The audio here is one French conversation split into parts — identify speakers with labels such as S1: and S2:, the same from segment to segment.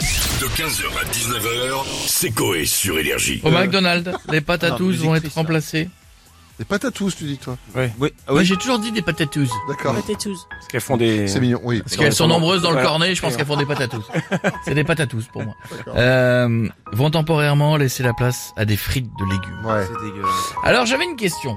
S1: De 15h à 19h, c'est Coé sur Énergie.
S2: Euh,
S3: Au McDonald's, les patatouses vont
S2: hein.
S3: être remplacées.
S4: Des patatous, tu dis, toi.
S3: Oui, j'ai toujours dit des patatouses.
S4: D'accord.
S2: Parce qu'elles font des.
S4: C'est mignon, oui.
S3: Parce qu'elles sont nombreuses dans le
S2: Voilà.
S3: cornet, je pense qu'elles font des patatouses. C'est des patatouses pour moi. Euh, vont temporairement laisser la place à des frites de légumes.
S4: Ouais.
S2: dégueulasse.
S3: Alors j'avais une question.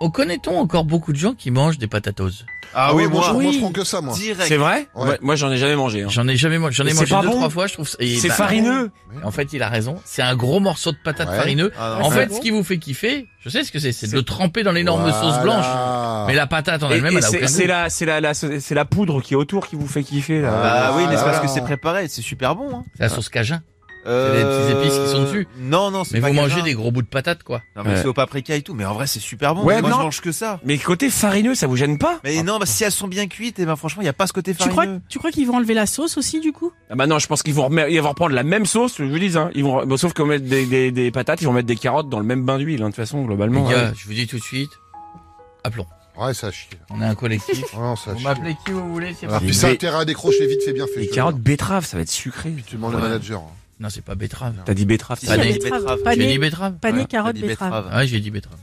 S3: On connaît-on encore beaucoup de gens qui mangent des patatoses
S2: Ah, oui, moi.
S4: je-
S5: Oui.
S4: Moi, je prends que ça, moi.
S5: Direct.
S2: C'est vrai
S4: Ouais.
S2: Ouais, Moi, j'en ai jamais mangé. hein.
S3: J'en ai jamais, man- j'en ai
S2: Et c'est
S3: mangé
S2: pas
S3: deux
S2: bon
S3: trois fois. Je trouve. ça- et
S2: C'est
S3: bah,
S2: farineux.
S3: En fait, il a raison. C'est un gros morceau de patate
S4: Ouais.
S3: farineux.
S5: Ah, non,
S3: en
S5: c'est
S3: fait,
S5: bon.
S3: ce qui vous fait kiffer, je sais ce que c'est, c'est de le tremper dans l'énorme sauce blanche.
S4: Voilà.
S3: Mais la patate en
S2: Et-
S3: elle-même,
S2: et
S3: elle a
S2: c'est
S3: aucun
S2: c'est
S3: goût.
S2: la, c'est la, la- c'est la poudre qui est autour qui vous fait kiffer là.
S5: Bah oui, mais c'est
S4: Voilà.
S5: parce que c'est préparé, c'est super bon. Hein.
S3: C'est la sauce cajun.
S5: Euh,
S3: des petites épices qui sont dessus.
S5: Non, non, c'est
S3: Mais
S5: pas
S3: vous mangez
S5: cajun.
S3: des gros bouts de patate, quoi.
S5: Non, mais
S2: Ouais.
S5: c'est au paprika et tout, mais en vrai, c'est super bon.
S2: Ouais,
S5: Moi, je
S2: non. Ah.
S5: mange que ça.
S2: Mais côté farineux, ça vous gêne pas
S5: Mais non, bah, si elles sont bien cuites, et ben franchement, il y a pas ce côté
S6: Tu crois,
S5: farineux.
S6: tu crois qu'ils vont enlever la sauce aussi du coup
S2: Ah bah non, je pense qu'ils vont, remettre- ils vont reprendre la même sauce, je vous dis, hein. Ils vont, bon, sauf qu'on met des, des, des patates, ils vont mettre des carottes dans le même bain d'huile, hein, de toute façon,
S3: Les
S2: globalement.
S3: gars,
S2: ouais.
S3: je vous dis tout de suite, appelons.
S4: Ouais, ça chie.
S3: On est un collectif.
S4: Ouais, non, ça
S3: vous
S4: chie.
S3: m'appelez qui vous voulez, c'est
S4: Ah,
S3: parti.
S4: puis ça, intérêt à décrocher vite fait, bien fait.
S2: Les
S4: je te
S2: carottes
S4: jure.
S2: betteraves, ça va être sucré.
S4: Tu demandes le
S3: Ouais.
S4: manager. hein.
S3: Non, c'est pas betterave.
S2: T'as dit betterave,
S5: Si,
S2: t'as
S3: Pas
S5: il y a
S3: des-
S5: des betteraves.
S6: Pas
S3: Tu as
S6: Pané-
S3: dit betterave
S6: Panier,
S5: Ouais,
S6: carotte,
S5: des
S6: betterave.
S5: betteraves.
S3: Ah Ouais, j'ai dit betterave.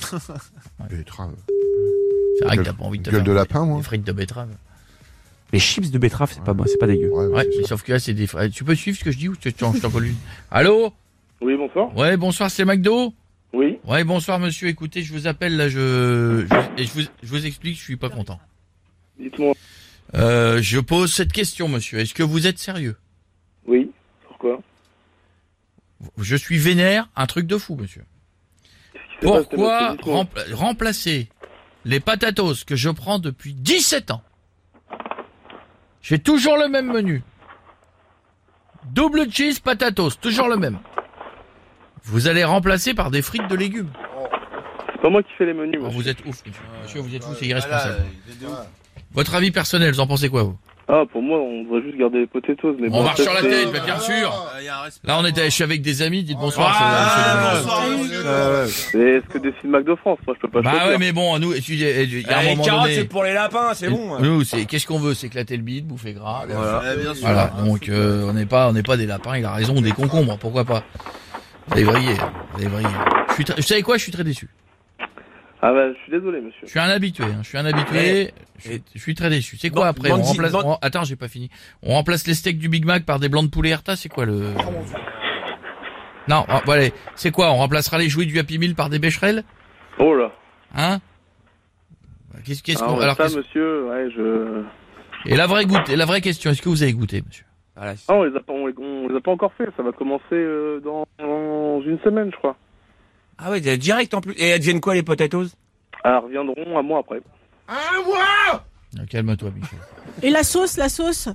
S4: Betterave.
S3: C'est vrai que
S4: Gueule-
S3: Ah, t'as pas envie de te
S4: Gueule
S3: faire
S4: de lapin, hein. moi.
S3: des frites de betterave.
S2: Les chips de betterave, c'est pas bon, c'est pas dégueu.
S4: Ouais,
S3: Ouais,
S4: ouais, c'est
S3: mais
S4: ça.
S3: sauf que là, c'est des frites. Tu peux suivre ce que je dis ou je t'en je t'en colle une Allô
S7: Oui, bonsoir.
S3: Ouais, bonsoir, c'est McDo
S7: Oui.
S3: Ouais, bonsoir, monsieur. Écoutez, je vous appelle, là, je, je, et je vous, je vous explique, je suis pas content.
S7: Dites-moi.
S3: Euh, je pose cette question, monsieur. Est-ce que vous êtes sérieux
S7: Oui. Pourquoi
S3: Je suis vénère, un truc de fou, monsieur.
S7: Qu'est-ce qui se passe,
S3: Pourquoi
S7: Thomas Dites-moi.
S3: rempla- remplacer les patatos que je prends depuis 17 ans J'ai toujours le même menu. Double cheese patatos, toujours le même. Vous allez remplacer par des frites de légumes.
S7: C'est pas moi qui fais les menus.
S3: Oh,
S7: moi.
S3: vous êtes ouf, monsieur.
S2: Euh,
S3: Monsieur, vous êtes ouf, c'est
S5: Voilà,
S3: irresponsable.
S5: euh, il est de ouf.
S3: Votre avis personnel, vous en pensez quoi, vous
S7: Ah, pour moi, on devrait juste garder les potatoes. Mais
S3: On
S7: bon,
S3: marche
S7: ça,
S3: sur la
S7: c'est-
S3: tête, mais bien sûr.
S4: Ah,
S5: Euh, il y a un respect.
S3: Là, on est, je suis avec des amis, dites bonsoir. c'est- c'est-
S5: Ah, bonsoir,
S6: Salut.
S5: monsieur.
S2: Euh,
S7: C'est ce que décide McDo France. Moi, je peux pas
S3: Bah ouais,
S7: choisir.
S3: mais bon, nous, tu- il y a un
S2: les
S3: moment
S2: carottes,
S3: donné.
S2: c'est pour les lapins, c'est bon. hein.
S3: Nous, c'est qu'est-ce qu'on veut S'éclater le bide, bouffer gras. Voilà.
S5: Ouais, bien sûr.
S3: Voilà. Donc euh, on n'est pas, on n'est pas des lapins. Il a raison, des concombres. Pourquoi pas Vous allez vriller. Vous allez vriller. Je suis, très- vous savez quoi Je suis très déçu.
S7: Ah bah, je suis désolé, monsieur.
S3: Je suis un habitué. hein. Je suis un habitué. Je suis, je suis très déçu. C'est quoi
S2: Ban-
S3: après on
S2: bandit-
S3: remplace,
S2: ban-
S3: on- Attends, j'ai pas fini. On remplace les steaks du Big Mac par des blancs de poulet Herta. C'est quoi le Non, oh, bon, allez. C'est quoi On remplacera les jouets du Happy Meal par des bécherelles
S7: Oh là.
S3: Hein Qu'est-ce qu'est-ce
S7: Ah,
S3: qu'on
S7: ouais,
S3: alors
S7: ça,
S3: qu'est-ce-
S7: monsieur, ouais, je.
S3: Et la vraie goûte, et la vraie question. Est-ce que vous avez goûté, monsieur
S2: Voilà, c'est-
S7: Ah, on les a pas, on les, on les a pas encore fait. Ça va commencer euh, dans, dans une semaine, je crois.
S2: Ah ouais, direct en plus. Et elles deviennent quoi les potatoes
S7: Ah, reviendront à moi après.
S3: Ah, Calme-toi, Michel.
S6: Et la sauce, la sauce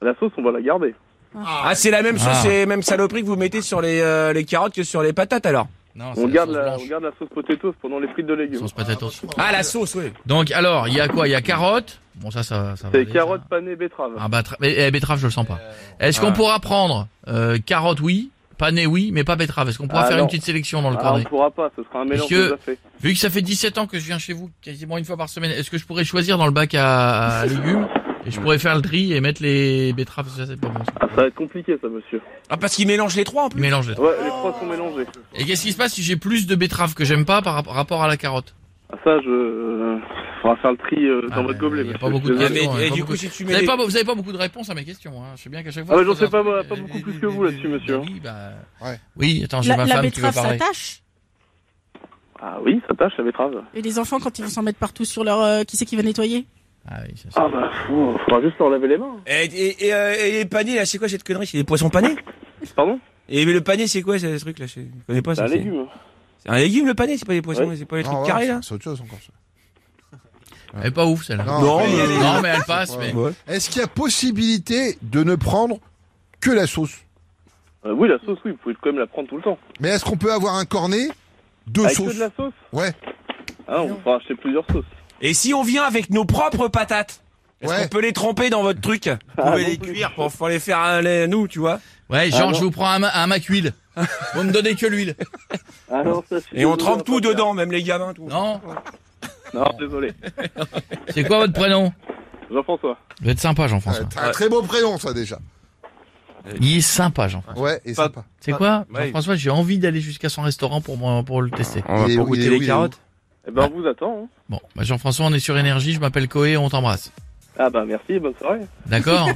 S7: La sauce, on va la garder.
S2: Ah, c'est la même chose,
S3: Ah.
S2: c'est les mêmes saloperies que vous mettez sur les, euh, les carottes que sur les patates alors.
S3: Non,
S7: On garde, la, on garde la sauce potatoes pendant les frites de légumes.
S3: Sauce patatos.
S2: Ah, la sauce, oui.
S3: Donc alors, il y a quoi Il y a carotte. Bon ça, ça, ça va.
S7: C'est
S3: aller,
S7: carottes Euh,
S3: ça.
S7: panées betterave.
S3: Ah bah, tra- mais, eh, betterave, je le sens pas. Est-ce qu'on
S2: Ah.
S3: pourra prendre euh, carotte, oui, pané, oui, mais pas betterave. Est-ce qu'on pourra
S7: Ah,
S3: faire
S7: non.
S3: une petite sélection dans le
S7: Ah, on
S3: cornet
S7: pourra pas. Ce sera un mélange
S3: Monsieur-
S7: de fait.
S3: Vu que ça fait 17 ans que je viens chez vous, quasiment une fois par semaine, est-ce que je pourrais choisir dans le bac à, à légumes et je pourrais faire le tri et mettre les betteraves Ça c'est pas bon. ça.
S7: Ah, ça va être compliqué, ça, monsieur.
S2: Ah, parce qu'ils mélangent les trois en plus.
S3: Mélange les trois.
S7: Ouais, les trois sont mélangés.
S3: Et qu'est-ce qui se passe si j'ai plus de betteraves que j'aime pas par rap- rapport à la carotte
S7: Ah, ça, je. euh, faudra faire le tri euh, dans
S3: Ah,
S7: votre gobelet.
S3: y a
S7: monsieur,
S3: pas
S7: je
S3: beaucoup
S7: suis
S3: de
S2: Ah,
S7: désolé.
S2: mais-
S3: Non, on a
S2: et
S3: pas
S2: du
S3: beaucoup-
S2: coup, si tu
S3: Vous
S2: mets.
S3: avez
S2: les-
S3: pas, vous avez pas beaucoup de réponses à mes questions. Hein. Je sais bien qu'à chaque fois.
S7: Ah, mais
S3: je
S7: j'en
S3: pose
S7: sais pas,
S3: un truc,
S7: moi, pas
S3: euh,
S7: beaucoup
S3: euh,
S7: plus que vous là-dessus, monsieur.
S3: Oui, bah.
S4: Ouais.
S3: Oui, attends, j'ai
S6: La,
S3: ma
S6: la
S3: femme qui veut
S6: betterave
S3: parler.
S6: s'attache
S7: Ah oui, ça tâche la betterave.
S6: Et les enfants quand ils vont s'en mettre partout sur leur... euh, qui c'est qui va nettoyer
S3: Ah oui, ça, ça.
S7: Ah bah, faut- faudra juste leur laver les mains.
S2: Et, et, et, euh, et les paniers, là, c'est quoi cette connerie C'est des poissons panés
S7: Pardon Bah,
S2: Et mais le panier, c'est quoi ce truc là Je je connais pas
S7: C'est
S2: ça.
S7: un
S2: c'est-
S7: légume.
S2: C'est un légume le panier, c'est pas des poissons,
S7: Ouais.
S2: c'est pas les
S4: Ah,
S2: trucs
S4: ouais,
S2: carrés
S4: c'est-
S2: là
S4: C'est autre chose encore. ça.
S7: Ah.
S3: Elle est pas ouf celle-là.
S4: Non,
S2: Non,
S4: mais-
S2: mais-
S3: Non, mais elle passe. Mais...
S2: Ouais.
S4: Est-ce qu'il y a possibilité de ne prendre que la sauce
S7: Euh, oui, la sauce, oui, vous pouvez quand même la prendre tout le temps.
S4: Mais est-ce qu'on peut avoir un cornet de
S7: Avec que
S4: sauce
S7: de la sauce
S4: Ouais.
S7: Ah, on pourra acheter plusieurs sauces.
S2: Et si on vient avec nos propres patates Est-ce
S4: Ouais.
S2: qu'on peut les tremper dans votre truc Vous
S7: Ah,
S2: pouvez
S7: non
S2: les
S7: plus.
S2: cuire pour, pour les faire à la- nous, tu vois
S3: Ouais, genre,
S7: Ah, non.
S3: je vous prends un, ma- un mac huile. vous me donnez que l'huile.
S7: Ah non, ça, je suis
S2: Et on
S7: désolé,
S2: trempe
S7: va
S2: tout
S7: pas faire.
S2: dedans, même les gamins, tout.
S3: Non
S7: Non, désolé.
S3: C'est quoi votre prénom
S7: Jean-François.
S3: Vous êtes sympa, Jean-François.
S4: Ouais, t'as un très beau prénom, ça, déjà.
S3: Il est sympa, Jean.
S4: Ouais, et
S5: Pas-
S4: sympa.
S3: C'est
S5: Ah,
S3: quoi,
S2: ouais.
S3: Jean-François J'ai envie d'aller jusqu'à son restaurant pour, moi- pour le tester.
S2: On
S4: Il
S2: va
S4: est
S2: pour
S4: où, il est
S2: goûter
S4: où,
S2: les
S4: il est
S2: carottes.
S7: Eh ben, on vous attend. hein.
S3: Bon, bah, Jean-François, on est sur énergie. Je m'appelle Coé, on t'embrasse.
S7: Ah bah merci, bonne soirée.
S3: D'accord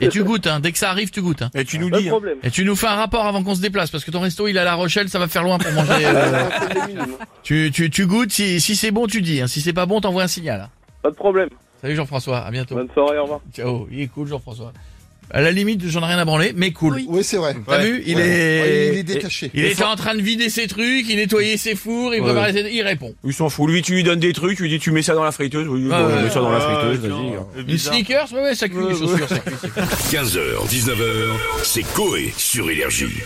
S3: Et tu goûtes, hein. Dès que ça arrive, tu goûtes. Hein.
S2: Et tu nous
S7: Pas de
S2: dis. hein.
S7: problème.
S3: Et tu nous fais un rapport avant qu'on se déplace, parce que ton resto, il est à La Rochelle, ça va faire loin pour manger. euh,
S7: C'est minime, hein.
S3: tu, tu, tu goûtes, si, si c'est bon, tu dis. Hein. Si c'est pas bon, t'envoies un signal. hein.
S7: Pas de problème.
S3: Salut Jean-François, à bientôt.
S7: Bonne soirée, au revoir.
S3: Ciao, il est cool Jean-François. À la limite, j'en ai rien à branler, mais cool.
S6: Oui.
S4: Ouais, c'est vrai.
S3: T'as vu, il
S4: Ouais.
S3: est...
S4: Ouais, il est détaché.
S3: Il était en train de vider ses trucs, il nettoyait ses fours, il
S2: Ouais.
S3: préparait ses... Il répond.
S2: Il s'en fout. Lui, tu lui donnes des trucs, tu lui dis tu mets ça dans la friteuse. Oui,
S3: Ah,
S2: bon,
S3: ouais.
S2: mets ça dans la friteuse,
S5: Ah,
S2: vas-y. hein.
S5: tiens.
S4: Euh,
S3: Une sneakers, ouais, ouais, ça cuit les chaussures, ça
S1: 15h, 19h, c'est Coé sur Énergie.